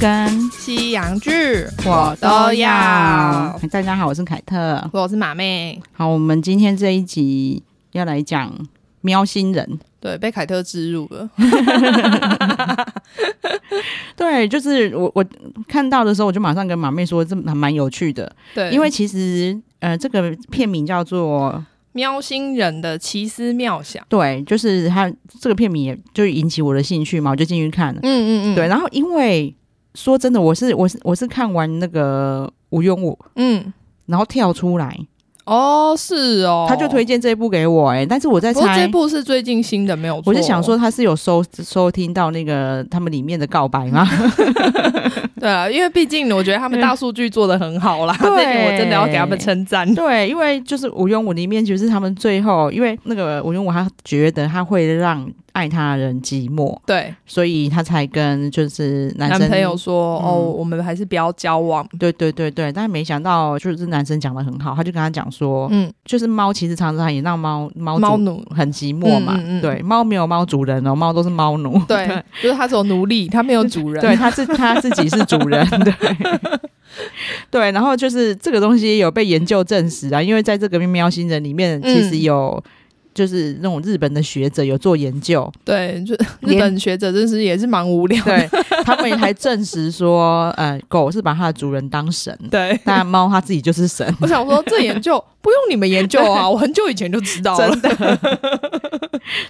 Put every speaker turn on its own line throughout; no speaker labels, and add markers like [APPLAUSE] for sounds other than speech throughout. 跟
西洋剧
大家好，我是凯特。
我是马妹，
好，我们今天这一集要来讲喵星人。
对，被凯特植入了。
对，就是我我看到的时候，我就马上跟马妹说，这蛮蛮有趣的，
对，
因为其实呃，这个片名叫做
喵星人的奇思妙想。
对，就是它这个片名也就引起我的兴趣嘛，我就进去看了。
嗯嗯嗯，
对，，然后因为说真的，我是我是我是看完那个《无庸我》，
嗯，
然后跳出来，
哦，是哦，
他就推。荐这一部给我、哎，但是我在
不过
猜
这，部是最近新的，没有错。
我是想，说他是有收收听到那个他们里面的告白吗？
对啊，因为毕竟我觉得他们大数据做的很好啦，
嗯对
这点我真的要给他们称
[LAUGHS]
赞。
对，因为就是吴庸武里面，就是他们最后，因为那个吴庸武他觉得他会让爱他的人寂寞，
对，
所以他才跟就是男
男
生
朋友说、
嗯
哦，我们还是不要交往。
对对对对，但没想到就是男生讲的很好，他就跟他讲说，
嗯，
就是猫其实常常也让猫猫
猫
主
奴，
很寂寞嘛，
嗯嗯嗯
对，猫没有猫主人哦，猫都是猫奴， [LAUGHS]
对，就是他只有奴隶，他没有主人。
对，他
[LAUGHS]
是他自己是主人，对。对，然后就是这个东西有被研究证实啊，因为在这个喵星人里面，其实
嗯
有、就是那种日本的学者有做研究，
[LAUGHS] 对，就日
连
本学者真是也是蛮无聊的。
对他们还证实说，呃，狗是把它的主人当神，
对，。
但猫它自己就是神 [LAUGHS]
我想说这研究不用你们研究啊，我很久以前就知道了。
真的，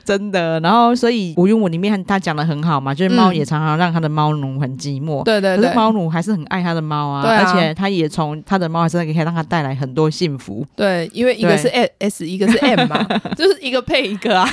真的。然后，所以《无用我》里面他讲的很好嘛，就是猫
嗯
也常常让他的猫奴很寂寞。
对对
可
对
是，猫奴还是很爱他的猫啊，
对啊
而且他也从他的猫身上可以让他带来很多幸福。
对，因为一个是 S S，一个是 M
[LAUGHS]
嘛，就是一个配一个啊。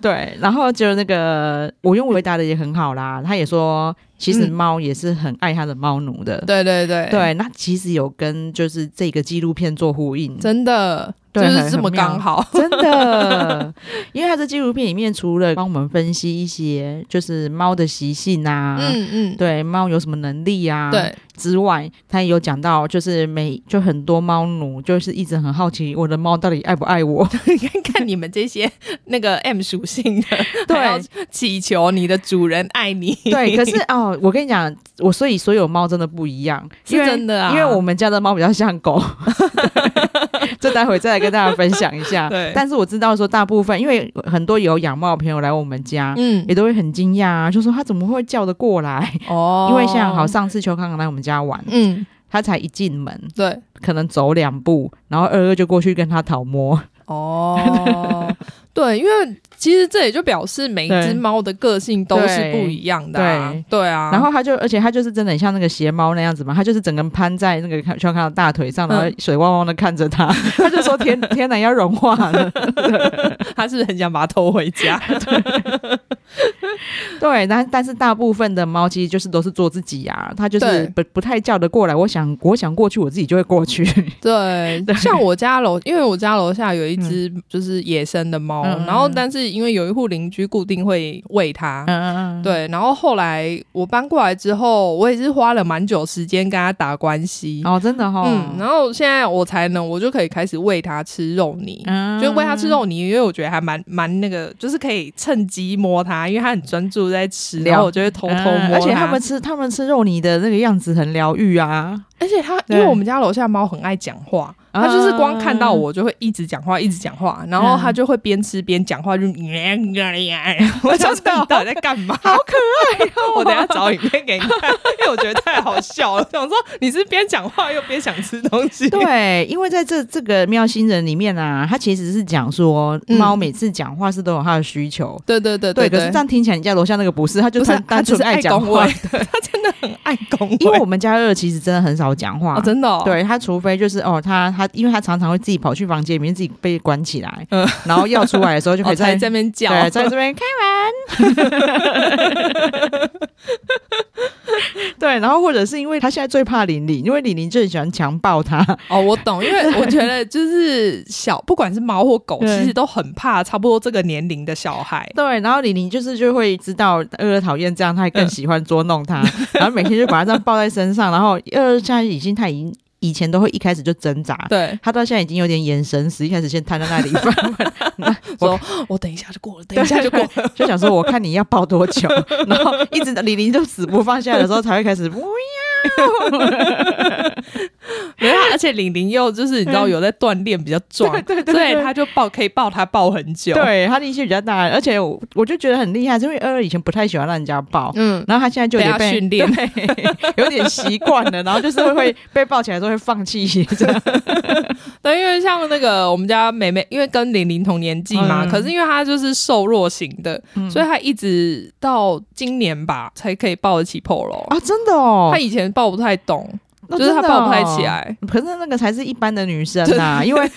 对，然后就那个我用回答的也很好啦，他也说其实
嗯
猫也是很爱他的猫奴的。
对对对，
对，那其实有跟就是这个纪录片做呼应，
真的就
对
是
很
这么
很妙啊
刚好。
真的， [LAUGHS] 因为他这纪录片里面除了帮我们分析一些就是猫的习性啊。
嗯嗯，
对猫有什么能力啊？
对 [LAUGHS]
之外，他也有讲到，就是每就很多猫奴，就是一直很好奇我的猫到底爱不爱
[LAUGHS]
我。
你看看你们这
[LAUGHS]
些那个 M 属性的，还要祈求你的主人爱你。
对，可是哦，我跟你讲，我所以所有猫真的不一样，
是
因为
真的啊
因为我们家的猫比较像狗， [LAUGHS] 对这待会再来跟大家分享一下。
对
但是我知道说大部分，因为很多有养猫的朋友来我们家，
嗯
也都会很惊讶啊，就说它怎么会叫得过来？
哦
因为像好上次邱康康来我们家玩，
嗯
他才一进门，
对
可能走两步，然后二二就过去跟他讨摸。 [LAUGHS]
哦对，因为其实这也就表示每一只
对
猫的个性都是不一样的啊、
对
对啊，
然后他就，而且他就是真的很像那个斜猫那样子嘛，他就是整个攀在那个邱康康的大腿上，然后
嗯
水汪汪的看着
[LAUGHS]
他，他就说天天然要融化了。
他是不是很想把它偷回家？
对，但但是大部分的猫其实就是都是做自己啊，它就
对
是不不太叫得过来。我想我想过去，我自己就会过
[LAUGHS]
去。
[LAUGHS] 对，像我家楼，因为我家楼下有一只就是野生的猫，
嗯
然后但是因为有一户邻居固定会喂它。
嗯，
对，然后后来我搬过来之后，我也是花了蛮久时间跟它打关系，
哦，真的哈、
嗯，然后现在我才能，我就可以开始喂它吃肉泥，
嗯
就喂它吃肉泥，因为我觉得还蛮蛮那个，就是可以趁机摸它，因为它很专注在吃，
了
然后我就会偷偷摸它、
嗯而且他们吃他们吃肉泥的那个样子很疗愈
[LAUGHS]
啊。
而且它，因
对
为我们家楼下猫很爱讲话，
啊嗯
它就是光看到我就会一直讲话，一直讲话，然后它就会边吃边讲话，就 [LAUGHS] 我想说你到底在干嘛？好可爱哦！我等一下找影片给你看，因为我觉得太好笑了。想说你是边讲话又边想吃东西，
对，因为在这这个喵星人里面啊，它其实是讲说
嗯
猫每次讲话是都有它的需求。
对对呃对
对，可是这样听起来，你家楼下那个不是，它就
不是
单单纯
爱
讲话。
对， [LAUGHS] 他真的很爱恭维，
[LAUGHS] 因为我们家二其实真的很少讲话，
哦真的哦
对他，除非就是哦，他他，因为他常常会自己跑去房间里面自己被关起来，然后要出来的时候就可
嗯哦
以
才
在、
在那边叫，
对，在这
[LAUGHS]
边开门。 [LAUGHS] 对，然后或者是因为他现在最怕玲玲，因为玲玲就很喜欢强暴他。
哦，我懂，因为我觉得就是小，不管是猫或狗，
对
其实都很怕差不多这个年龄的小孩。
对，然后玲玲就是就会知道二二讨厌
嗯
这样，他还更喜欢捉弄他，然后每天就把他这样抱在身上，然后二二现在已经他已经以前都会一开始就挣扎，
对，
他到现在已经有点眼神死，一开始先瘫在那里，
说哦我等一下就过了， [LAUGHS] 等一下就过
[LAUGHS]
了，
就想说我看你要抱多
[LAUGHS]
久，然后一直李玲就死不放下的时候，才会开始不要。
没有，啊而且玲玲又就是你知道有在锻炼，比较壮，
嗯对对对
所以他就抱可以抱他抱很久，，嗯
对他力气比较大，而且我我就觉得很厉害，是因为二二以前不太喜欢让人家抱，
嗯，
然后他现在就有点
被他
被
训练
对 [LAUGHS] 有点习惯了，然后就是会被抱起来之后会放弃
[LAUGHS]
这样。
对，因为像那个我们家妹妹，因为跟玲玲同年纪嘛，
嗯
可是因为她就是瘦弱型的，所以她一直到今年吧才可以抱得起 polo。
啊，真的哦
她，以前抱不太动，
那
就是她
真的
抱不太
哦
起。来。
可是那个才是一般的女生呐、 [LAUGHS] 因为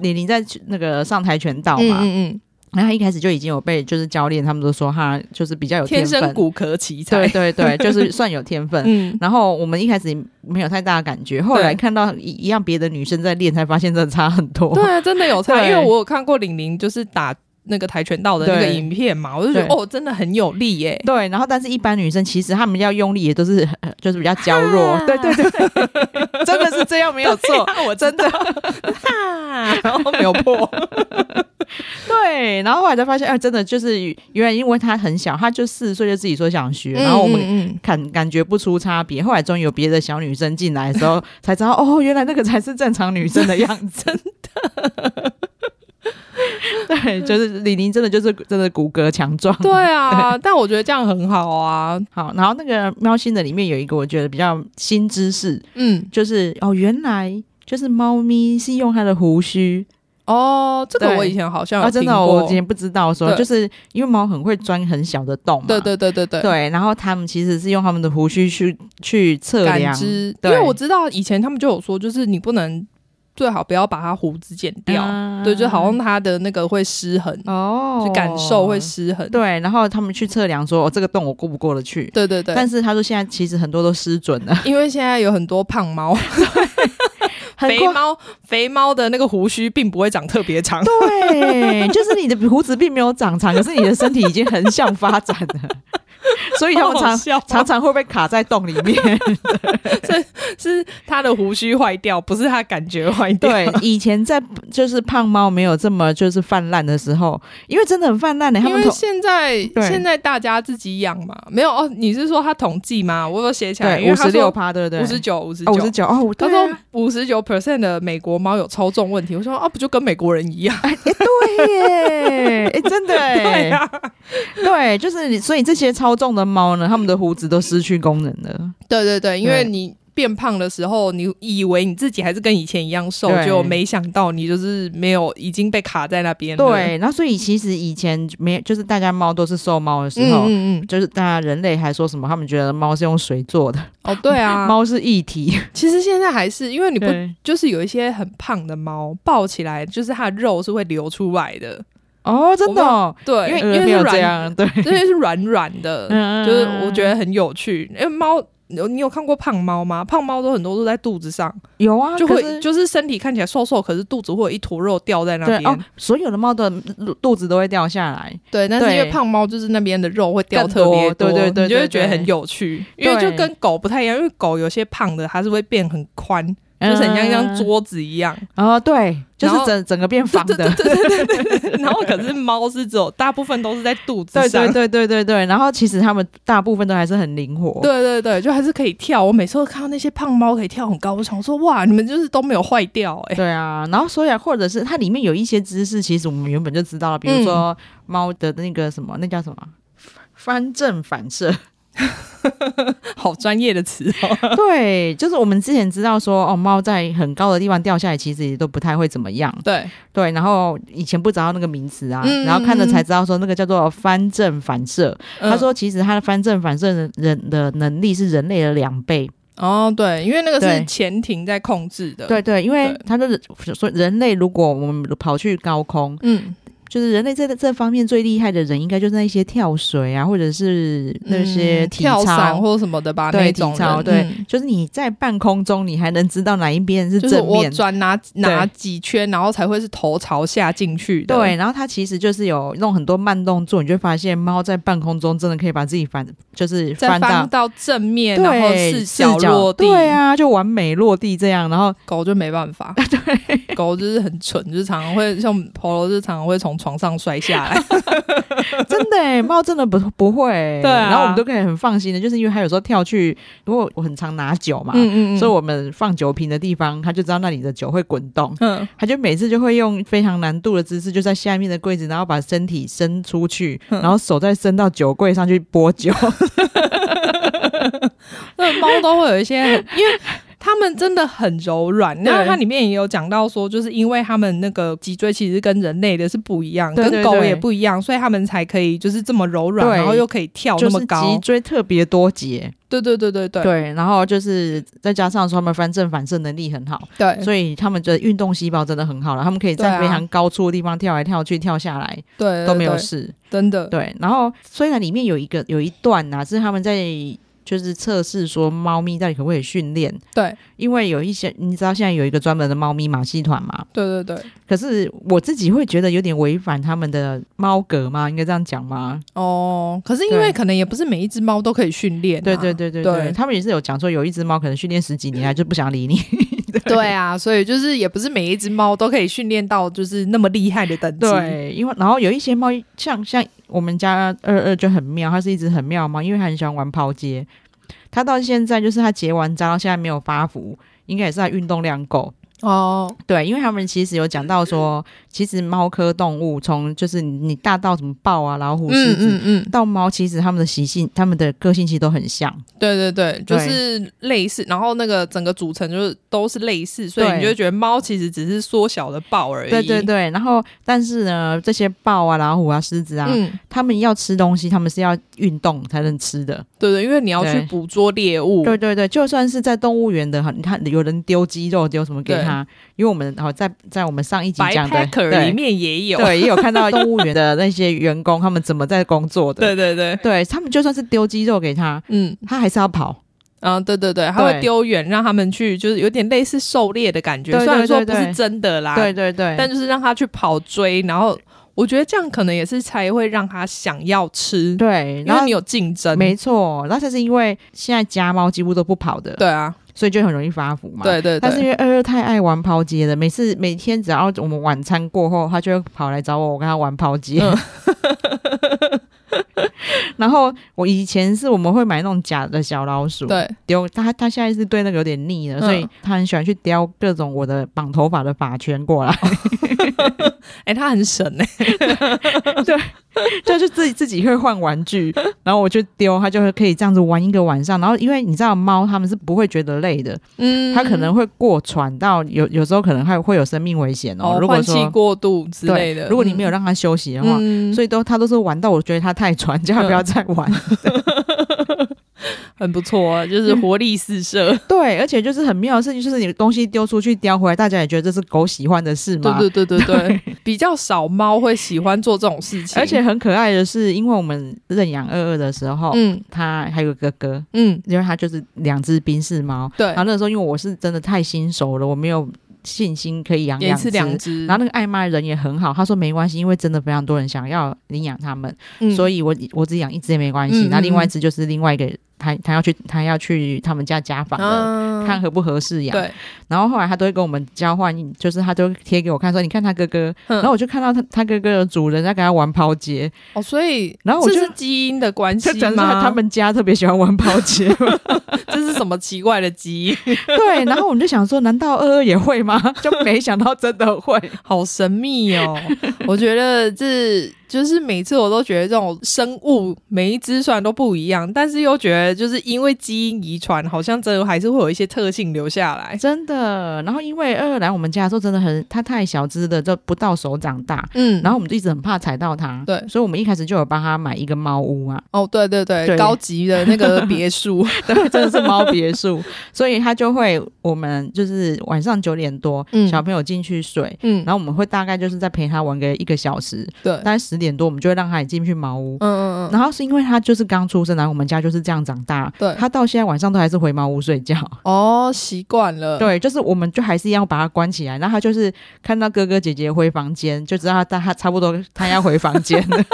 李玲在那个上跆拳道
嗯
嘛，
嗯
然后她一开始就已经有被就是教练他们都说她就是比较有
嗯，天
分
生骨骼奇才
对。对对，就是算有天分。
嗯，
然后我们一开始没有太大的感觉，后来看到一一样别的女生在练，才发现真的差很多。
对啊，真的有差，
对
因为我有看过玲玲就是打那个跆拳道的那个
对
影片嘛，我就觉得
对
哦，真的很有力耶。
对，然后但是一般女生其实她们要用力也都是呃就是比较娇弱
[LAUGHS] 啊，
对对对， [LAUGHS] 真的是这样没有错，
[LAUGHS]
我真的
然后没有破，
[LAUGHS] 对。然后后来才发现，哎、真的就是原来因为她很小，她就四岁就自己说想学，然后我们
嗯嗯
感感觉不出差别。后来终于有别的小女生进来的时候，才知道哦，原来那个才是正常女生的样
[LAUGHS]
子，真的。 [LAUGHS] 对，就是李宁真的就是真的骨骼强壮。
对
[LAUGHS]
啊，但我觉得这样很好啊。
好，然后那个喵星的里面有一个我觉得比较新知识，
嗯，
就是哦，原来就是猫咪是用它的胡须
哦，这个
对
我以前好像
啊，
有
真
听
的
过，
哦、我之前不知道说，
对
就是因为猫很会钻很小的洞嘛，
对对对对对。
对，然后它们其实是用它们的胡须去去测
感
量，
知，因
对
为我知道以前他们就有说，就是你不能最好不要把它胡子剪掉，
啊
对，就好像它的那个会失衡，
哦，
就感受会失衡。
对，然后他们去测量说，哦，这个洞我过不过得去？
对对对，
但是他说现在其实很多都失准了，
因为现在有很多胖猫、
[LAUGHS] 很
肥
快
猫、肥猫的那个胡须并不会长特别 [LAUGHS] 长，
对，就是你的胡子并没有长长，可是你的身体已经横向发展了，所以他们
好
常
笑哦
常常会被卡在洞里面。
是它的胡须坏掉，不是它感觉坏掉。
对，以前在就是胖猫没有这么就是泛滥的时候，因为真的很泛滥欸的、他
因
们
为
头
现在
对
现在大家自己养嘛，没有哦？你是说他统计吗？我有写起来，
对
因为
五
他
十
说
六趴，对不对？
五十九，五十
哦，五
九
十。九哦，
他
对
说
啊，
五十九 percent 的美国猫有超重问题，我说啊，不就跟美国人一样？ [LAUGHS]
对耶，哎、真的哎、
对啊呀、
对，就是你，所以这些超重的猫呢，它们的胡子都失去功能了。
对对对，因为
对
你变胖的时候，你以为你自己还是跟以前一样瘦，
对
就没想到你就是没有，已经被卡在那边了。
对，然后所以其实以前没，就是大家猫都是瘦猫的时
嗯，
候，
嗯嗯嗯，
就是大家人类还说什么，他们觉得猫是用水做的，
哦，对 [LAUGHS] 啊，
猫是液体。
其实现在还是因为你不
对，
就是有一些很胖的猫抱起来，就是它的肉是会流出来的，
[LAUGHS] 哦，真的、哦，
对，因为
呃
因为
没
是
有这
软，
样，对，
因为是软软的，
[LAUGHS] 嗯
就是我觉得很有趣。因为猫，你你有看过胖猫吗？胖猫都很多都在肚子上，
有啊，
就
可
会
是
就是身体看起来瘦瘦，可是肚子会有一坨肉掉在那
对
边。
哦，所有的猫的肚子都会掉下来。
对，但是
对
因为胖猫就是那边的肉会掉特别
更多对对对
你就会觉得
对对
很有趣，因为就
对
跟狗不太一样，因为狗有些胖的它是会变很宽，就是很像一张桌子一样。
嗯，哦，对，就
然后
是整整个变方
对
的，
对对对对对。 [LAUGHS] 然后可是猫是只有大部分都是在啊肚子
对
上，
对对对对对。然后其实它们大部分都还是很灵活，
对对对就还是可以跳。我每次都看到那些胖猫可以跳很高，我想说哇，你们就是都没有坏掉 [LAUGHS] 哎、
对啊，然后所以啊，或者是它里面有一些知识，其实我们原本就知道了，
嗯
比如说猫的那个什么，那叫什么翻正反射，
好专业的词 [LAUGHS] 哦。
对，就是我们之前知道说，哦，猫在很高的地方掉下来，其实也都不太会怎么样，
对，
对，然后以前不知道那个名词啊，
嗯
然后看了才知道说那个叫做翻正反射，
嗯
他说其实它的翻正反射的人的能力是人类的两倍，
哦，对，因为那个是
对
潜艇在控制的。
对，对，因为
对
它就是说人类如果我们跑去高空。
嗯，
就是人类在这方面最厉害的人，应该就是那些跳水啊，或者是那些
嗯
体
跳
操。
伞或什么的吧，那
对
种
体操，
人
对，
嗯
就是你在半空中，你还能知道哪一边是
就是
正
我
面，
转哪哪几圈，然后才会是头朝下进去的。
对，，然后它其实就是有弄很多慢动作，你就会发现猫在半空中真的可以把自己翻，就是
再
翻到
翻到正面，然后
对
四脚落地。
对啊，就完美落地这样。
[LAUGHS]
然后
狗就没
[LAUGHS]
办法，对，狗就是很蠢，就是常常会像 Polo，就是常常会从床上摔下
[LAUGHS]
来。
真的、欸，猫真的不不会、欸，
对啊
然后我们都可以很放心的，就是因为它有时候跳去，如果我很常拿酒嘛，
嗯
所以我们放酒瓶的地方，它就知道那里的酒会滚动。
嗯，
它就每次就会用非常难度的姿势，就在下面的柜子，然后把身体伸出去，
嗯
然后手再伸到酒柜上去拨酒。
那猫都会有一些很，因为它们真的很柔软。那它里面也有讲到说，就是因为它们那个脊椎其实跟人类的是不一样，
对对
跟狗
对
也不一样，所以它们才可以就是这么柔软，
对
然后又可以跳
就
那
是
么高。
脊椎特别多节，
对对对对对
对，然后就是再加上说他们翻正反射能力很好，
对
所以他们的运动细胞真的很好了，他们可以
对
在
啊
非常高处的地方跳来跳去、跳下来
对
都没有
对
事。
真的。
对，然后虽然里面有一个有一段呐、是他们在就是测试说猫咪到底可不可以训练，
对
因为有一些你知道现在有一个专门的猫咪马戏团嘛，
对对对，
可是我自己会觉得有点违反他们的猫格嘛，应该这样讲吗？
哦，可是因为
对
可能也不是每一只猫都可以训练、啊，
对对对对对，
对
他们也是有讲说有一只猫可能训练十几年来就不想理你，
对啊，所以就是也不是每一只猫都可以训练到就是那么厉害的等级。
对，因为然后有一些猫，像像我们家二二就很妙，它是一只很妙的猫，因为它很喜欢玩抛接。它到现在就是它结完扎到现在没有发福，应该也是它运动量够。
哦，
对，因为他们其实有讲到说，
嗯
其实猫科动物从就是你大到什么豹啊、老虎、狮
嗯
子。
嗯嗯，
到猫，其实它们的习性、它们的个性其实都很像，
对对对，就
对
是类似，然后那个整个组成就是都是类似，所以
对
你就会觉得猫其实只是缩小的豹而已。
对对对。然后，但是呢，这些豹啊、老虎啊、狮子啊，
嗯，
它们要吃东西，它们是要运动才能吃的。
对对，因为你要去
对
捕捉猎物，
对对对，就算是在动物园的，你看有人丢鸡肉丢什么给他，因为我们好在在我们上一集
白
讲的
packer 里
对
面也有。
对，也有看到动物园的那些员工他们怎么在工作的，
[LAUGHS] [LAUGHS] 对对对，
对他们就算是丢鸡肉给他，
嗯
他还是要跑，
啊，对对对，它会
对
丢远，让他们去，就是有点类似狩猎的感觉，
对对
虽然说
对
不
对
是真的啦，
对对对，
但就是让他去跑追，然后我觉得这样可能也是才会让他想要吃，
对，
因
然
为
后
你。有竞争，
没错，那才是因为现在家猫几乎都不跑的，
对啊，
所以就很容易发福嘛。
对对
但是因
对，
为二二太爱玩抛接了，每次每天只要我们晚餐过后，他就会跑来找我，我跟他玩抛接。
嗯
[LAUGHS] 然后我以前是我们会买那种假的小老鼠，
对
丢他他现在是对那个有点腻了，
嗯
所以他很喜欢去叼各种我的绑头发的发圈过来， [LAUGHS]
哎、他很神哎、
就是自己自己会换玩具，然后我就丢，他就会可以这样子玩一个晚上。然后因为你知道猫它们是不会觉得累的， [LAUGHS]
嗯
它可能会过喘到有有时候可能还会有生命危险哦。
哦
如果
换
说
气过度之
对，
类的，
如果你没有
嗯
让他休息的话，
嗯
所以都他都是玩到我觉得他太
[LAUGHS]
喘，叫他不要再玩。
很不错、啊，就是活力四射，
对，而且嗯就是很妙的事情，就是你东西丢出去叼回来，大家也觉得这是狗喜欢的事
对
嘛。
对对
[LAUGHS]
对对，比较少猫会喜欢做这种事情，
而且很可爱的是，因为我们认养二二的时候，
嗯
他还有个哥哥，
嗯，
因为他就是两只宾士猫。
对
然后，那时候因为我是真的太新手了，我没有信心可以养
也
两
是
只。
两只，
然后那个爱妈人也很好，他说没关系，因为真的非常多人想要领养他们。
嗯
所以我我只养一只也没关系。
嗯
那、另
嗯
外一
嗯
只就是另外一个，他他要去他要去他们家家访了。
啊
看合不合适养，
对，
然后后来他都会跟我们交换，就是他都会贴给我看，说你看他哥哥，
然
然后我就看到他他哥哥的主人在跟他玩抛
[LAUGHS]
接，
哦，所以
然后我
这
就是
基因的关系
这讲是
吗？
他们家特别喜欢玩抛
[LAUGHS]
接，
这是什么奇怪的基 [LAUGHS] 因？
对，然后我们就想说，难道二二也 [LAUGHS]
[LAUGHS]
会吗？就没想到真的会，
好神秘哦！我觉得这就是每次我都觉得这种生物每一只虽然都不一样，但是又觉得就是因为基因遗传，好像真的还是会有一些特性留下来。
真的。然后因为二来我们家的时候真的很，它太小只的，这不到手掌大。
嗯
然后我们就一直很怕踩到它，
对
所以我们一开始就有帮它买一个猫屋啊， [LAUGHS]
哦，对对对，
对
高级的那个别 [LAUGHS] 墅，
对，真的是猫别墅，所以它就会，我们就是晚上九点多，
嗯
小朋友进去睡，
嗯，
然后我们会大概就是在陪他玩个一个小时，
对，
大概十点多我们就会让他也进去茅屋。
嗯嗯嗯，
然后是因为他就是刚出生，然后我们家就是这样长大，
对
他到现在晚上都还是回茅屋睡觉。
哦，习惯了，，
对，就是我们就还是一样把他关起来，然后他就是看到哥哥姐姐回房间，就知道他他他差不多他要回房间了。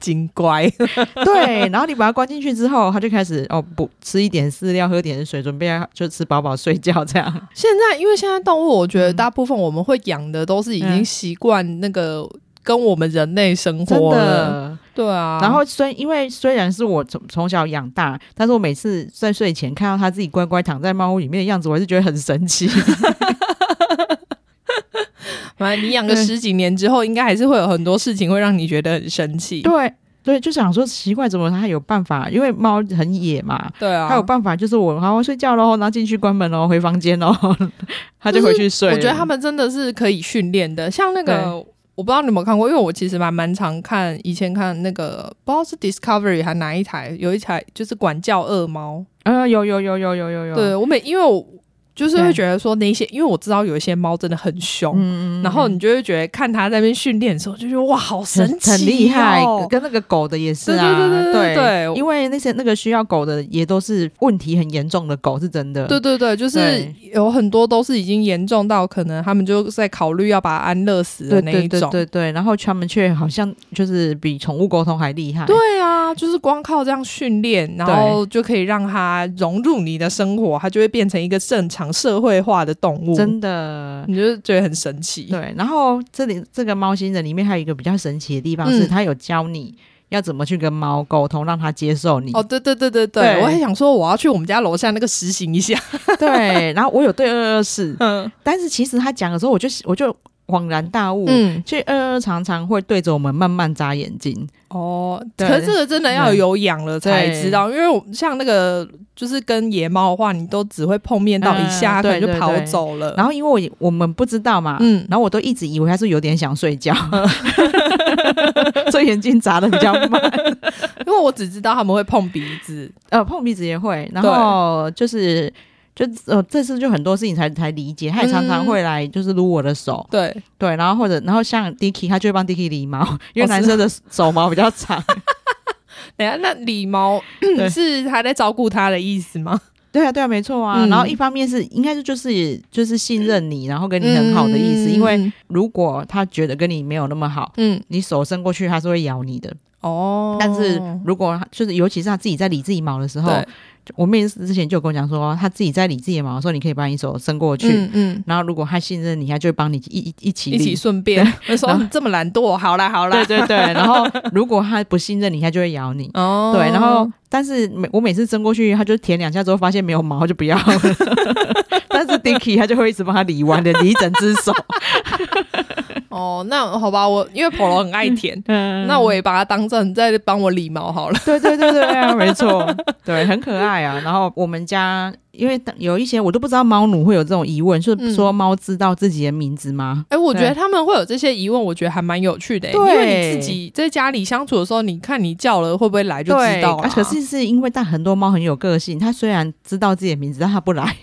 精乖，
[LAUGHS] 对，然后你把他关进去之后，他就开始哦不吃一点饲料，喝点水，准备要就吃饱饱睡觉这样。
[LAUGHS] 现在，因为现在动物，我觉得大部分我们会养的都是已经
嗯
习惯那个跟我们人类生
[LAUGHS] 真
活了，
的，
对啊。
然后虽因为虽然是我从从小养大，但是我每次在睡前看到他自己乖乖躺在猫屋里面的样子，我还是觉得很神 [LAUGHS] 奇。
[LAUGHS] 反正你养个
对啊
十几年之后，应该还是会有很多事情会让你觉得很生气。
对对，就想说奇怪，怎么它有办法？因为猫很野嘛，
对啊，
它有办法，就是我好我睡觉喽，然后进去关门喽，回房间喽， [LAUGHS] 它就回去睡了。
我觉得他们真的是可以训练的，像那
对
个。我不知道你有没有看过，因为我其实蛮蛮常看，以前看那个不知道是 Discovery 还哪一台，有一台就是管教恶猫。
呃，有有有有有有有，
对我每因为我就是会
对
觉得说那一些，因为我知道有一些猫真的很凶，
嗯，嗯嗯，
然后你就会觉得看它在那边训练的时候，就觉得哇，好神
很
奇、哦，
很厉害，跟那个狗的也是
对对
啊，
对对对对
因为那些那个需要狗的也都是问题很严重的狗，是真的。
对对对，就是
对
有很多都是已经严重到可能他们就在考虑要把它安乐死的
对
那
对
一种。
对对对，然后他们却好像就是比宠物沟通还厉害。
对啊，就是光靠这样训练，然后就可以让它融入你的生活，它就会变成一个正常社会化的动物。
真的，
你就觉得很神奇。
对，然后这里这个猫星人里面还有一个比较神奇的地方是，
嗯
它有教你要怎么去跟猫沟通，让它接受你。
哦，对对对对对，
对
我还想说我要去我们家楼下那个实行一
[LAUGHS]
下。
对，然后我有对二二四，
嗯
但是其实他讲的时候，我就我就恍然大悟。
嗯，
所以二二常常会对着我们慢慢眨眼睛，
[LAUGHS] 哦，
对
可是这个真的要有养了才知道，因为我像那个就是跟野猫的话，你都只会碰面到一下，
嗯
它可
对
能就
对
跑
对
走了。
然后因为我也我们不知道嘛，
嗯，
然后我都一直以为他是有点想睡觉， [LAUGHS] 所以眼睛眨的比较慢。
因为我只知道他们会碰鼻子，
呃，碰鼻子也会，然后就是就呃，这次就很多事情才才理解，他也常常
嗯
会来就是撸我的手，
对，
对，然后或者然后像 Dicky，他就会帮 Dicky 理毛，因为
哦是
男生的手毛比较
[LAUGHS]
长，
等一下，那狸猫
对
[CLEARS THROAT] 是还在照顾它的意思吗？
对啊，对啊，没错啊。
嗯
然后一方面是应该是就是就是信任你，然后跟你很好的意思，
嗯
因为如果他觉得跟你没有那么好。
嗯
你手伸过去，他是会咬你的。
哦，
但是哦如果他就是，尤其是他自己在理自己毛的时候，
对
我妹之前就有跟我讲说，他自己在理自己的毛的时候，你可以把你手伸过去，
嗯嗯，
然后如果他信任你，他就会帮你一一一起
一起
理
顺便我说哦你这么懒惰，好啦好啦
对，对对，然后如果他不信任你，他就会咬你。
[LAUGHS] 哦
对，然后但是每我每次伸过去，他就舔两下之后发现没有毛就不要了。 [LAUGHS] 但是 Dicky 他就会一直帮他理完的，理一整只手。
哦，那好吧，我因为 Polo 很爱
[LAUGHS]
舔，
嗯
那我也把它当成在帮我理毛好了。
对对对对啊，没错，对，很可爱啊。然后我们家因为有一些我都不知道猫奴会有这种疑问，就是说猫知道自己的名字吗？
哎，我觉
对
得他们会有这些疑问，我觉得还蛮有趣的，因
对
为你自己在家里相处的时候，你看你叫了会不会来就知道
啊
了。
可是是因为但很多猫很有个性，它虽然知道自己的名字，但它不来。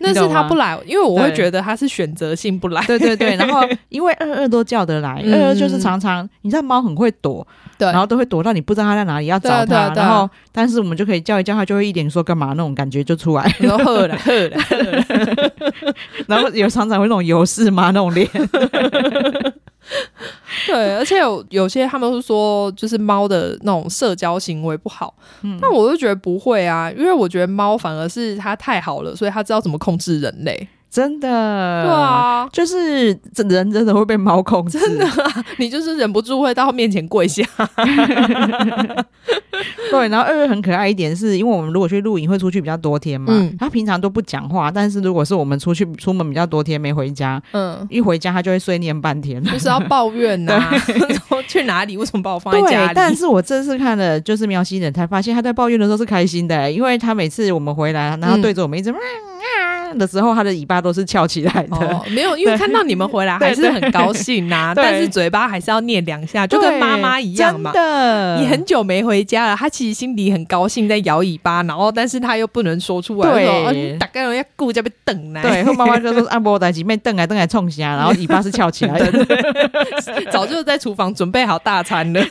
那
你
是
懂
他
吗
不来，因为我会
对
觉得他是选择性不来。
[LAUGHS] [LAUGHS] 对对对，然后因为二二都叫得来，
嗯
二二就是常常你知道猫很会躲，
对
然后都会躲到你不知道它在哪里要找
对啊
它，
对啊
然后但是我们就可以叫一叫，它就会一脸说干嘛那种感觉就出来，
你说喝了喝了，
[LAUGHS] 然后有常常会那种有事吗那种脸，
[LAUGHS] 对，而且有有些他们会说，就是猫的那种社交行为不好。
嗯
那我就觉得不会啊，因为我觉得猫反而是它太好了，所以它知道怎么控制人类。
真的，
对，啊，
就是这人真的会被猫控制，真的，
你就是忍不住会到面前
[LAUGHS]
跪下。
对，然后二月很可爱一点是，因为我们如果去露营会出去比较多天嘛，
嗯
他平常都不讲话，但是如果是我们出去出门比较多天没回家， [LAUGHS]
嗯，
一回家他就会碎念半天。 [LAUGHS]
就是要抱怨呐、 [LAUGHS] 说去哪里？为什么把我放在家
对
里？，
但是我这次看了就是喵星人，才发现他在抱怨的时候是开心的、因为他每次我们回来，然后对着我们一
嗯
直、啊的时候，他的尾巴都是翘起来的。
[LAUGHS] 哦，没有，因为看到你们回来
对
还是很高兴呐、
对
但是嘴巴还是要念两下，就跟妈妈一样
[LAUGHS]
嘛
对。真的，
你很久没回家了，他其实心里很高兴，在摇尾巴，然后但是他又不能说出来，
对
说哦你大概人家顾家被等呢，
对，后妈妈就
[LAUGHS]
说啊阿波仔姐妹瞪来瞪来冲虾，然后尾巴是翘起来的，
早就在厨房准备好大餐了。
[LAUGHS]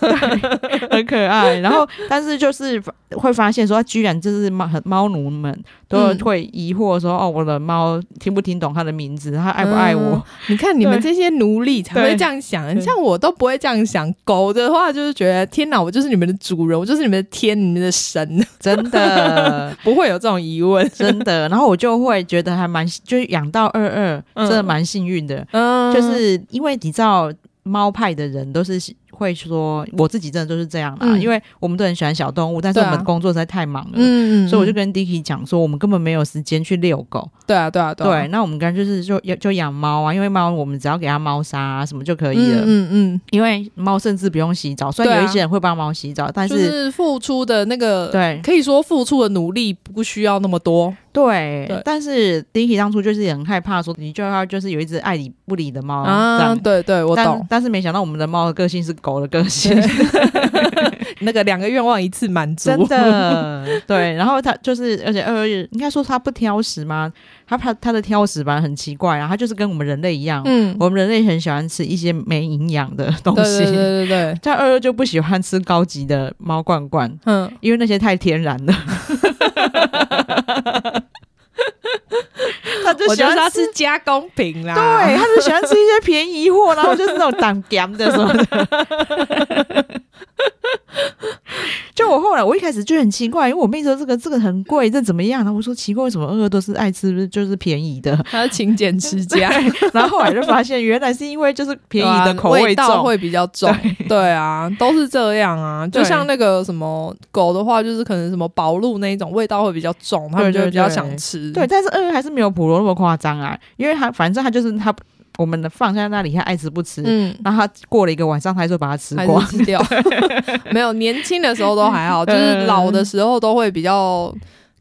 很可爱。然后，但是就是会发现说，啊居然就是猫猫奴们都
嗯
会疑惑说，哦，我的猫听不听懂它的名字，它爱不爱我
嗯？你看你们这些奴隶才会这样想，
对
像我都不会这样想。狗的话就是觉得天哪，我就是你们的主人，我就是你们的天，你们的神，
[LAUGHS] 真的，
不会有这种疑问。
真的。然后我就会觉得还蛮，就是养到二二，
嗯
真的蛮幸运的，
嗯
就是因为你知道。猫派的人都是会说，我自己真的就是这样啦，
嗯
因为我们都很喜欢小动物，但是
对
我
啊
们工作实在太忙了，
嗯
所以我就跟 Dicky 讲说，我们根本没有时间去遛狗。
对啊，对啊，
对，
啊，
那我们干脆就是就就养猫啊，因为猫我们只要给它猫砂、啊、什么就可
可
以了。
嗯嗯
因为猫甚至不用洗澡，虽然
对啊
有一些人会帮猫洗澡，但、
嗯，就是是付出的那个，
对
可以说付出的努力不需要那么多。
对
对
但是 Dicky 当初就是也很害怕说，你就要就是有一只爱理不理的猫、这
啊，
样。
对对，我
但
懂。
但是没想到我们的猫的个性是狗的个
[LAUGHS]
性，
那个两个愿望一次
[LAUGHS]
满足，哦
真的 [LAUGHS] 对。然后它就是，而且二月应该说它不挑食吗？它它它的挑食吧很奇怪啊，它就是跟我们人类一样，
嗯，
我们人类很喜欢吃一些没营养的东
对
西，[LAUGHS]
对对对对，
像二二就不喜欢吃高级的猫罐罐，
嗯，
因为那些太天然
[LAUGHS]
了。他就
我
喜
觉得
欢
他啊
吃，
是加工品啦，
对，
[LAUGHS]
他就喜欢吃一些便宜货，然后就是那种挡夹的什么的。
[LAUGHS]
就我后来，我一开始就很奇怪，因为我妹说这个这个很贵，这怎么样？然后我说奇怪，为什么二二都是爱吃就是便宜的？
他是勤俭持 [LAUGHS] 家，
然后后来就发现，原来是因为就是便宜的
对啊
口
味道
重，
会比较重。对啊，都是这样啊。就
对
像那个什么狗的话，就是可能什么薄露那一种，味道会比较重，他们就会比较想吃。
对，但是二还是没有普罗那么夸张啊，因为他反正他就是他，我们的放在那里，他爱吃不吃，
嗯。
然后他过了一个晚上，他还是会把它吃
还
光。
是吃 [LAUGHS] 掉，没有年轻的时候都 [LAUGHS] 还好，就是老的时候都会比较，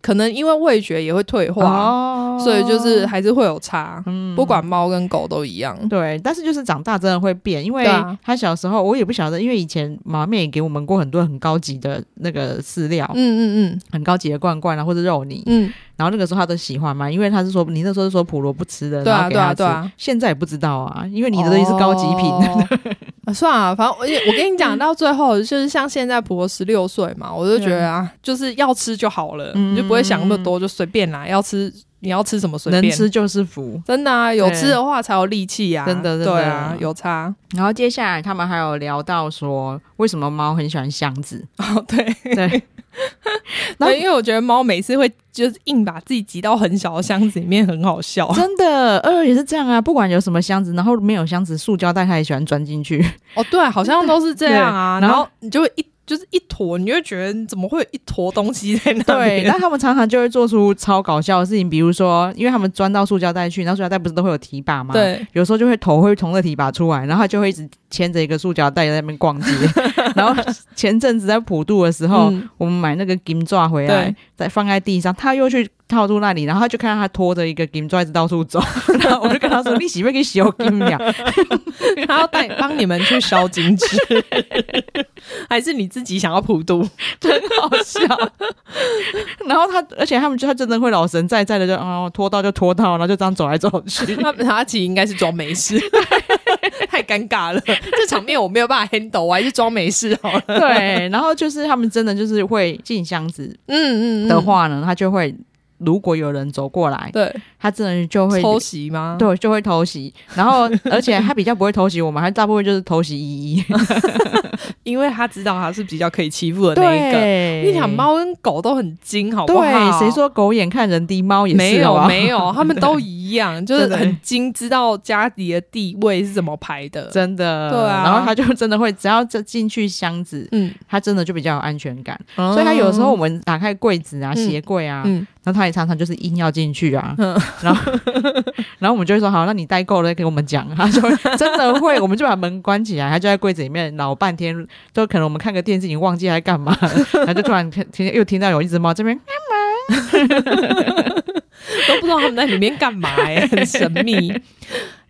可能因为味觉也会退化，
哦
所以就是还是会有差，
嗯
不管猫跟狗都一样。
对，但是就是长大真的会变，因为
对啊
他小时候我也不晓得，因为以前妈妹也给我们过很多很高级的那个饲料，
嗯嗯
很高级的罐罐啊或者肉泥，
嗯
然后那个时候他都喜欢嘛，因为他是说你那时候是说普罗不吃的，
对啊
然后给他吃
对啊对啊
现在也不知道啊，因为
嗯，
你的东西是高级品， [LAUGHS]
哦啊算了，反正我也我跟你讲，到最后就是像现在婆婆十六岁嘛，我就觉得啊，就是要吃就好了，
嗯
你就不会想那么多，就随便啦，要吃你要吃什么随
能
便。
吃就是福。
真的啊，有吃的话才有力气呀、啊，
真的真的
对啊，有差。 [LAUGHS]
然后接下来他们还有聊到说，为什么猫很喜欢箱子？
哦，对，
[LAUGHS] 对，然后
对，因为我觉得猫每次会就是硬把自己挤到很小的箱子里面，很好笑。
真的，二二也是这样啊，不管有什么箱子，然后没有箱子，塑胶袋它也喜欢钻进去。
哦，对、啊，好像都是这样啊。
对然
然
后
后你就会一就是一坨，你就会觉得怎么会有一坨东西在那
[LAUGHS] [LAUGHS] 对，
[LAUGHS] 边？
那他们常常就会做出超搞笑的事情，比如说，因为他们钻到塑胶袋去，然后塑胶袋不是都会有提把吗？。
对，
有时候就会头会从那提把出来，然后他就会一直牵着一个塑胶袋在那边
[LAUGHS]
逛街。然后前阵子在普渡的时候，
嗯
我们买那个金爪回来
对，
再放在地上，他又去套住那里，然后他就看到他拖着一个金爪一直到处走， [LAUGHS] 然后我就跟他说：“你喜不喜欢给金呀
他要带帮你们去烧金 [LAUGHS] 纸，还是你自己想要普渡？？”
好笑。然后他，而且他们就他真的会老神在在的就哦拖到就拖到，然后就这样走来走
[LAUGHS]
去。
他他其实应该是装没事， [LAUGHS] 太尴尬了。这场面我没有办法 handle，我还是装没事好了。
对，然后就是他们真的就是会进箱子
嗯
的，话呢，他就会如果有人走过来，
对，
他真的就会
偷袭吗？
对，
[LAUGHS]
就会偷袭。然后，而且他比较不会偷袭我们，他大部分就是偷袭依依。
因为他知道他是比较可以欺负的那一个。
对，
你想猫跟狗都很精，好不好？
对，谁说狗眼看人低，猫也是
没有没
有，
[LAUGHS] 有，他们都一 [LAUGHS] 样，就是
对
很精，知道家里的地位是怎么排的。
真的。
对啊
然后它就真的会，只要这进去箱子，
嗯，
它真的就比较有安全感。
嗯
所以它有时候我们打开柜子啊、
嗯
鞋柜啊，
嗯，
然后它也常常就是硬要进去啊。然后 [LAUGHS] 然后我们就会说好，那你带够了再给我们讲。 [LAUGHS] 它就会真的会，我们就把门关起来，它就在柜子里面老半天，就可能我们看个电视已经忘记它在干嘛了， [LAUGHS] 然后就突然听又听到有一只猫这边 [GASPS]
都不知道他们在里面干嘛、 [LAUGHS] 欸，很神秘。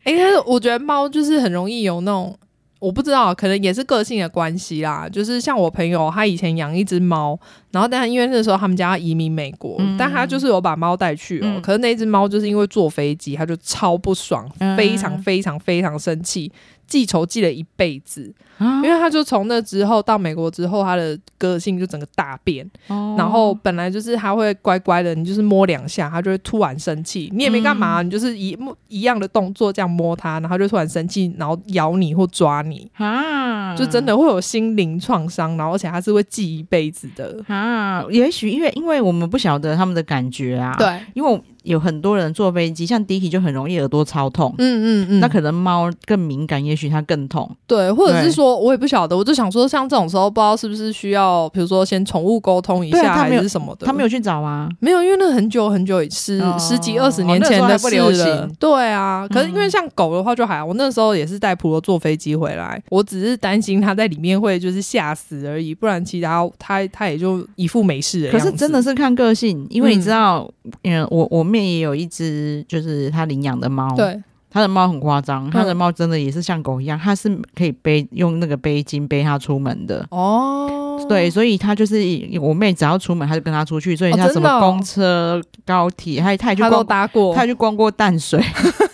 哎、但是我觉得猫就是很容易有那种，我不知道，可能也是个性的关系啦。就是像我朋友，他以前养一只猫，然后但因为那时候他们家移民美国，
嗯
但他就是有把猫带去哦、
嗯
可是那只猫就是因为坐飞机，他就超不爽，
嗯
非常非常非常生气，记仇记了一辈子。
啊
因为他就从那之后到美国之后，他的个性就整个大变。
哦
然后本来就是他会乖乖的，你就是摸两下，他就会突然生气，你也没干
嗯
嘛，你就是一摸一样的动作这样摸他，然后他就突然生气，然后咬你或抓你，
啊，
就真的会有心灵创伤，然后而且他是会记一辈子的。
啊，也许因为因为我们不晓得他们的感觉啊，，
对，
因为有很多人坐飞机，像 Dicky 就很容易耳朵超痛，
嗯嗯嗯，
那可能猫更敏感，也许它更痛，
对，或者
对
是说我也不晓得，我就想说，像这种时候，不知道是不是需要，比如说先宠物沟通一
对
下，
啊他
还
没有
是什么的。
它没有去找啊，
没有，因为那很久很久，十、
哦
十几二十年
哦那时
前
候
的
还
事
不
了。
流行嗯
对啊，可是因为像狗的话就还好，我那时候也是带普罗坐飞机回来，我只是担心它在里面会就是吓死而已，不然其他它它也就一副没事的
可
样子。
是真的是看个性，因为你知道，嗯，我我妹也有一只，就是她领养的猫，，
对，嗯
她的猫很夸张，她的猫真的也是像狗一样，它是可以背用那个背巾背它出门的。
哦，
对，，所以她就是我妹，只要出门，她就跟她出去，所以
哦
像什
真的
么
哦
公车、高铁，还她也去
它
逛
都搭过，
他去逛过淡水。 [LAUGHS]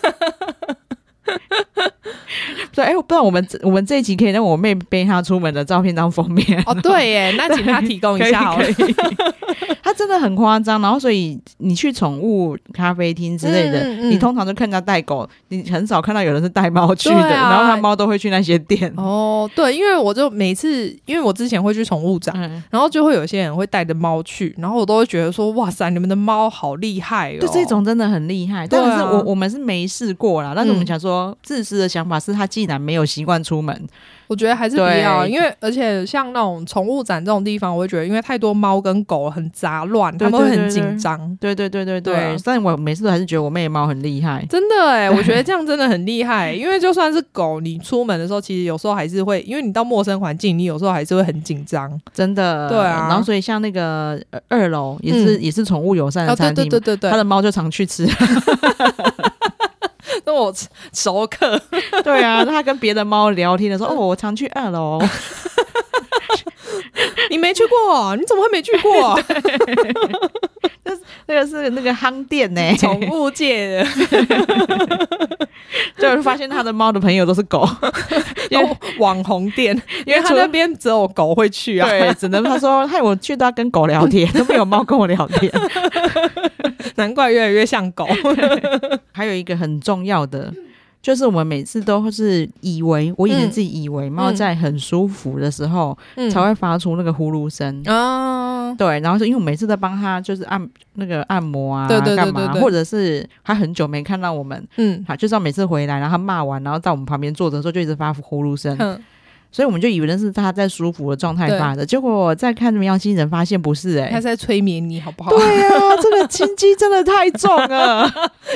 对，哎、我不知道我们这我们这一集可以让我妹背她出门的照片当封面，
哦，对耶，
[LAUGHS]
那请他提供
可
一
以
下好了。
[LAUGHS] 可以。她真的很夸张，然后所以你去宠物咖啡厅之类的，
嗯嗯嗯
你通常就看人家带狗，你很少看到有人是带猫去的，
对啊
然后他猫都会去那些店。
哦，对，因为我就每次，因为我之前会去宠物展，
嗯，
然后就会有些人会带着猫去，然后我都会觉得说，哇塞，你们的猫好厉害哦！
就这种真的很厉害，
对啊
但是我我们是没试过啦。但是我
嗯
们想说，自私的想法是他既然没有习惯出门，
我觉得还是不要，
对
因为而且像那种宠物展这种地方，我会觉得因为太多猫跟狗很杂乱，
对
它们会
对对
很
对
紧张。
对对对对对，
对啊
但我每次都还是觉得我妹的猫很厉害。
真的哎、我觉得这样真的很厉害， [LAUGHS] 因为就算是狗，你出门的时候，其实有时候还是会，因为你到陌生环境，你有时候还是会很紧张。
真的，
对啊
然后所以像那个呃二楼也是、也是宠物友善的
哦，对
嗯餐厅
对
嘛，
对对对
他，的猫就常去吃。
[LAUGHS] 那我熟客，
[LAUGHS] 对啊，他跟别的猫聊天的
[LAUGHS]
时候，哦，我常去二楼。 [LAUGHS]
你没去过，啊你怎么会没去
[LAUGHS]
过？啊
那个是那个夯店呢、
[LAUGHS] 宠物界的，
[LAUGHS] 就发现他的猫的朋友都是
[LAUGHS]
狗，因为
哦网红店，
因
因为
为
他
除
那边只有狗会去啊，
对，只能他说害我去都要跟狗聊天， [LAUGHS] 都没有猫跟我聊
[LAUGHS]
天。
[LAUGHS] 难怪越来越像
[LAUGHS]
狗。
还有一个很重要的。就是我们每次都是以为，我以前自己以为猫在很舒服的时候、
嗯
才会发出那个呼噜声，
啊，
对，然后是因为我每次在帮他就是按那个按摩啊，
对对对
干嘛
对对
或者是他很久没看到我们，
嗯
他就是要每次回来，然后他骂完，然后在我们旁边坐着的时候就一直发呼噜声，
哼，
所以我们就以为那是他在舒服的状态
对
发的，结果在看喵星人发现不是、欸，
他是在催眠你好不好？ [LAUGHS]
对呀、这个心机真的太重了，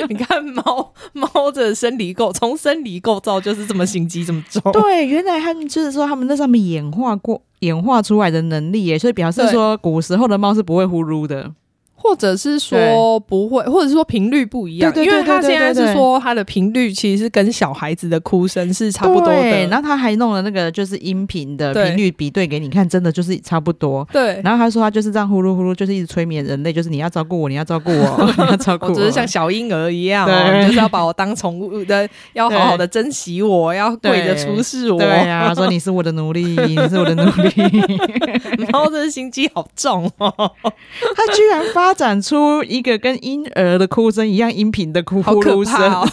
你看猫猫的生理构，从生理构造就是这么心机这么重。 [LAUGHS]
对，原来他们就是说他们那上面演化过。演化出来的能力耶，欸所以表示
对
说古时候的猫是不会呼噜的。
或者是说不会，或者是说频率不一样，
对对
因
对
为它
对对
现
对
在是
对
说它的频率其实是跟小孩子的哭声是差不多
对
的。
然后他还弄了那个就是音频的
对
频率比对给你看，真的就是差不多。
对，
然后他说他就是这样呼噜呼噜，就是一直催眠人类，就是你要照顾我，你要照顾
[LAUGHS]
我，你要照顾
我
我。
只是像小婴儿一样、哦，
对
你就是要把我当宠物的，要好好的珍惜我，要跪着服侍我。
对呀、说你是我的奴 [LAUGHS] 隶，你是我的奴隶。
[LAUGHS] 猫真的心机好重哦。
他居然发发展出一个跟婴儿的哭声一样音频的哭
好
呼
可
噜声，
怕哦！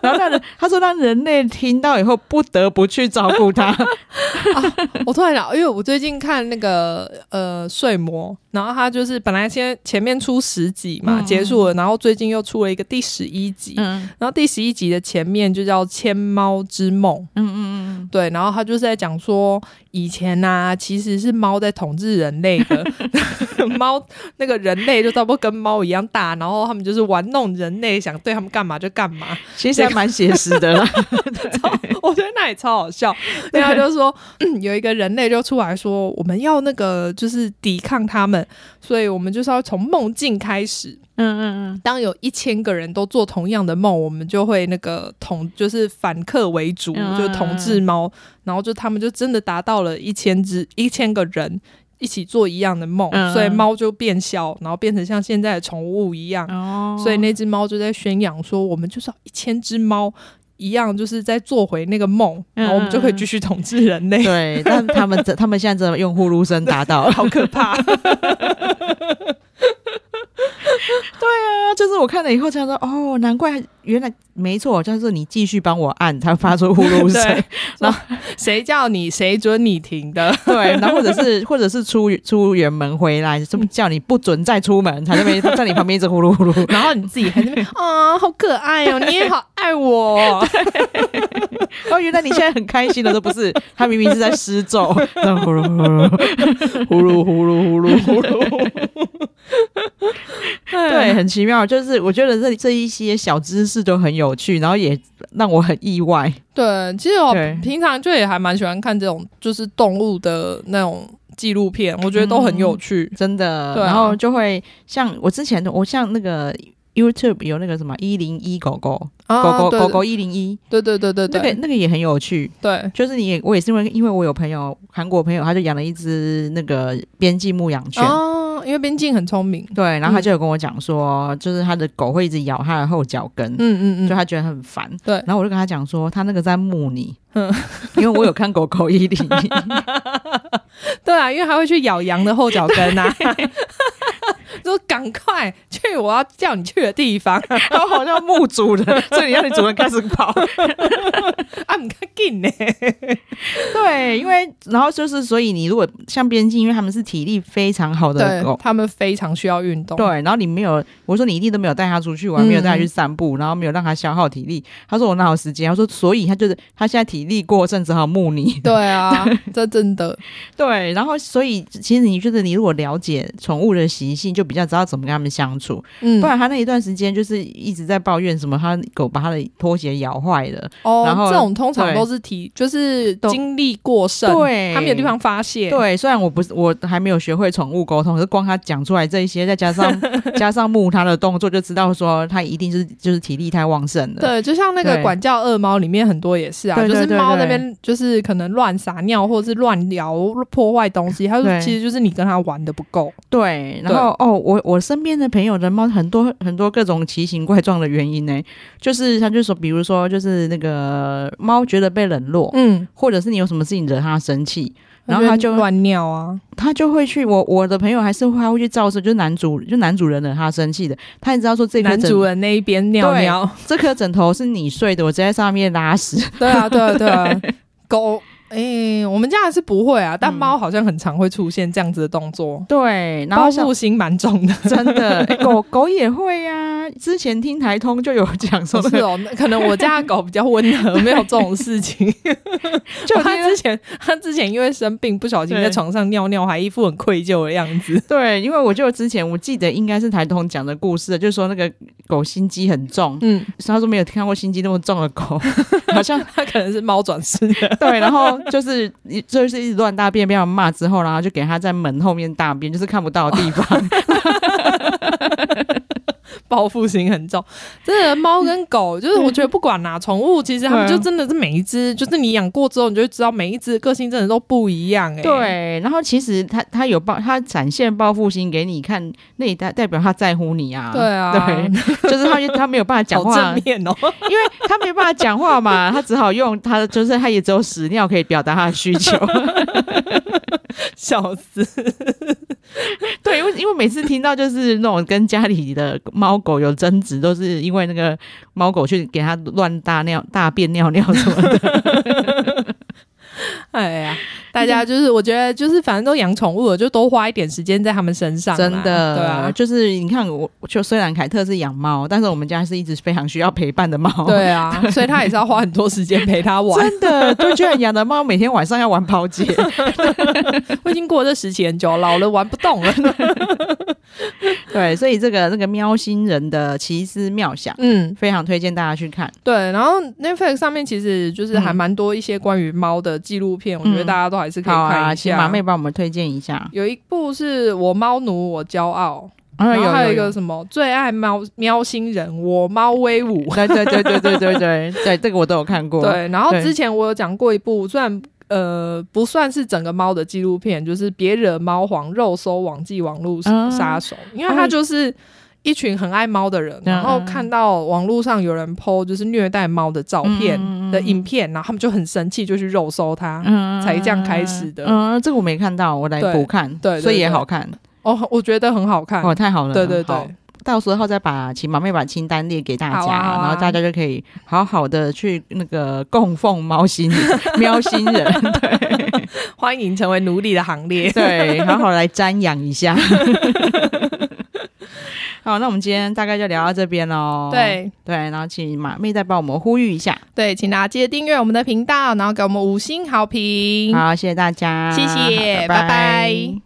然后让人他说让人类听到以后不得不去照顾他。
[LAUGHS] 我突然想，因为我最近看那个呃睡魔，然后他就是本来先前面出十集嘛，
嗯
结束了，然后最近又出了一个第十一集，
嗯
然后第十一集的前面就叫《千猫之梦》。
嗯嗯
对，然后他就是在讲说，以前呐、其实是猫在统治人类的， [LAUGHS] 猫那个人类就差不多跟猫一样大，然后他们就是玩弄人类，想对他们干嘛就干嘛。
嗯，其实还蛮写实的啦。
我觉得那也超好笑。然后他就说、嗯有一个人类就出来说，我们要那个就是抵抗他们，所以我们就是要从梦境开始。
嗯嗯
当有一千个人都做同样的梦，我们就会那个统，就是反客为主，
嗯
就统治猫。然后就他们就真的达到了一千只一千个人一起做一样的梦，
嗯
所以猫就变小，然后变成像现在的宠物一样。
嗯，哦
所以那只猫就在宣扬说，我们就是要一千只猫一样，就是在做回那个梦，
嗯
然后我们就可以继续统治人类。
对，但他们
[LAUGHS]
真他们现在真的用呼噜声达到啊了。
好
[LAUGHS]
可怕！
那就是我看了以后才说，哦，难怪原来没错，就是你继续帮我按，它发出呼噜声
对。，然后谁叫你，谁准你停的？
[LAUGHS] 对，然后或者是或者是出出远门回来，这么叫你不准再出门，他那边他在你旁边一直呼噜呼噜。
[LAUGHS] 然后你自己还在那边啊，好可爱哦，你也好爱我。
哦，原来你现在很开心的，都不是，他明明是在施
[LAUGHS]
咒，然后呼噜呼噜。 [LAUGHS]
呼噜呼噜呼噜呼噜。
对，
[LAUGHS] 对，
很奇妙，就是我觉得这这一些小知识都很有趣，然后也让我很意外。
对，其实我
对
平常就也还蛮喜欢看这种就是动物的那种纪录片，我觉得都很有趣。
真的，
对啊
然后就会像我之前的，我像那个 YouTube 有那个什么一零一狗狗、
啊
狗狗
对
狗狗一零一，
对对对对
那个
对
那个也很有趣。
对，
就是你也，我也是因为因为我有朋友韩国朋友，他就养了一只那个边境牧羊犬。
哦，嗯因为边境很聪明。
对，然后他就有跟我讲说，就是他的狗会一直咬他的后脚跟，
嗯嗯
就
嗯，
他觉得很烦。
对
然后我就跟他讲说，他那个在牧你，
嗯
因为我有看狗狗一零一，
对啊，因为它会去咬羊的后脚跟啊。 [LAUGHS] 说赶快去我要叫你去的
[LAUGHS]
地方， [LAUGHS]
然后好像牧主人，所以你让你主人开始跑。
啊，唔较紧呢。
对，因为然后就是，所以你如果像边境，因为他们是体力非常好的
对
狗，，
他们非常需要运动。
哦对，然后你没有，我说你一定都没有带它出去玩，没有带它去散步，然后没有让它消耗体力。他说我哪有时间？他说所以他就是他现在体力过剩，只好牧你。
[LAUGHS] 对
[LAUGHS]
啊，这真的
对，然后所以其实你觉得你如果了解宠物的习性，就比较知道怎么跟它们相处。
嗯
不然他那一段时间就是一直在抱怨什么，他狗把他的拖鞋咬坏了。
哦，
然后
这种通常
对
都是体，就是
都
精力过剩，
对
他没有地方发泄，，
对，虽然我不是我还没有学会宠物沟通，可是光他讲出来这一些，再加
[LAUGHS]
上加上木他的动作，就知道说他一定是就是体力太旺盛了。
对，就像那个
对
管教恶猫里面很多也是啊，
对对
就是
对
猫那
对
边就是可能乱撒尿或者是乱聊破坏东西，它就
对
其实就是你跟它玩的不够，
对，然后哦，我我身边的朋友的猫很多很多各种奇形怪状的原因呢，就是他就说，比如说就是那个猫觉得被冷落，
嗯，
或者是你有什么事情惹它生气，然后
它
它就
乱尿啊，
他就会去我我的朋友还是会他会去照射，就是男主就男主人惹他生气的，他也知道说这颗
男
枕
主人那一边尿
对
尿，
这颗枕头是你睡的，我直接在上面拉屎。
[LAUGHS] 对啊，对啊，对 [LAUGHS] 啊，狗。诶、我们家还是不会啊，但
嗯
猫好像很常会出现这样子的动作，
对，然
报
后像
[LAUGHS] 复心蛮重的。
真的、欸狗狗也会呀、之前听台通就有讲说
不
那
是
个，
哦，那可能我家的狗比较温和，没有这种事 [LAUGHS] 情。
[LAUGHS] 就
哦他
那
之前，他之前因为生病不小心
对
在床上尿尿，还一副很愧疚的样子。
对，因为我就之前我记得应该是台通讲的故事，就是说那个狗心机很重，
[LAUGHS] 嗯，
他说没有看过心机那么重的狗， [LAUGHS] 好像
他可能是猫转世的。
对，然后就是一就是一直乱大便，被他骂之后，然后就给他在门后面大便，就是看不到的地
哦
[LAUGHS] 方。
报复心很重，真的猫跟狗，就是我觉得不管啦，宠物其实他们
对
就
啊
真的是每一只，就是你养过之后，你就会知道每一只个性真的都不一样哎、
对，然后其实他他有报他展现报复心给你看，那也代代表他在乎你啊。
对啊，
对，就是他他没有办法讲
好
话
正，面哦、
因为他没办法 [LAUGHS]
[LAUGHS]
讲话嘛，他只好用他的，就是他也只有屎尿可以表达他的需求。
[LAUGHS] 笑死！
对，因为因为每次听到就是那种跟家里的猫狗有争执，都是因为那个猫狗去给它乱大尿、大便、尿尿什
[LAUGHS]
么的。
哎 [LAUGHS] 呀，大家就是我觉得就是反正都养宠物了，就多花一点时间在他们身上啦，
真的，
对 [LAUGHS] 啊，
就是你看我，就虽然凯特是养猫，但是我们家是一直非常需要陪伴的猫。
对 [LAUGHS] 啊，所以他也是要花很多时间陪他玩。
真的，对，居然养的猫每天晚上要玩抛
[LAUGHS]
接，
我已经过这时期很久了，老了玩不动了。
对，所以这个那个喵星人的奇思妙想，
[LAUGHS] 嗯，
非常推荐大家去看。
对。然后 Netflix 上面其实就是还
嗯
蛮多一些关于猫的纪录片，我觉得
嗯
大家都还是可以
好
看
啊，
一
请
下。
马妹帮我们推荐一下。
有一部是我猫奴我骄傲，
啊
然后嗯还有一个，什么最爱猫喵星人我猫威武。
对对对对对对对对，这个我都有看过。啊
对，然后
对
之前我有讲过一部，虽然呃不算是整个猫的纪录片，就是别惹猫皇肉搜网际网络
嗯
杀手，因为它就是一群很爱猫的人，然后
嗯
看到网络上有人 PO 就是虐待猫的照片
嗯嗯嗯
的影片，然后他们就很生气，就去肉搜它。
嗯，
才这样开始的
嗯，这个我没看到，我来
对
补看，
对对
所以也
对
好看。
哦，我觉得很好看。
哦，太好了，
对对
好
对，
到时候再把请马妹把清单列给大
好
家，
啊好啊
然后大家就可以好好的去那个供奉猫星人喵星人，
欢迎成为奴隶的行列。
对，好好来瞻仰一下。好，那我们今天大概就聊到这边喽。
[LAUGHS] 对
对，然后请马妹再帮我们呼吁一下。
对，请大家记得订阅我们的频道，然后给我们五星好评。
好，谢谢大家，
谢谢
拜
拜拜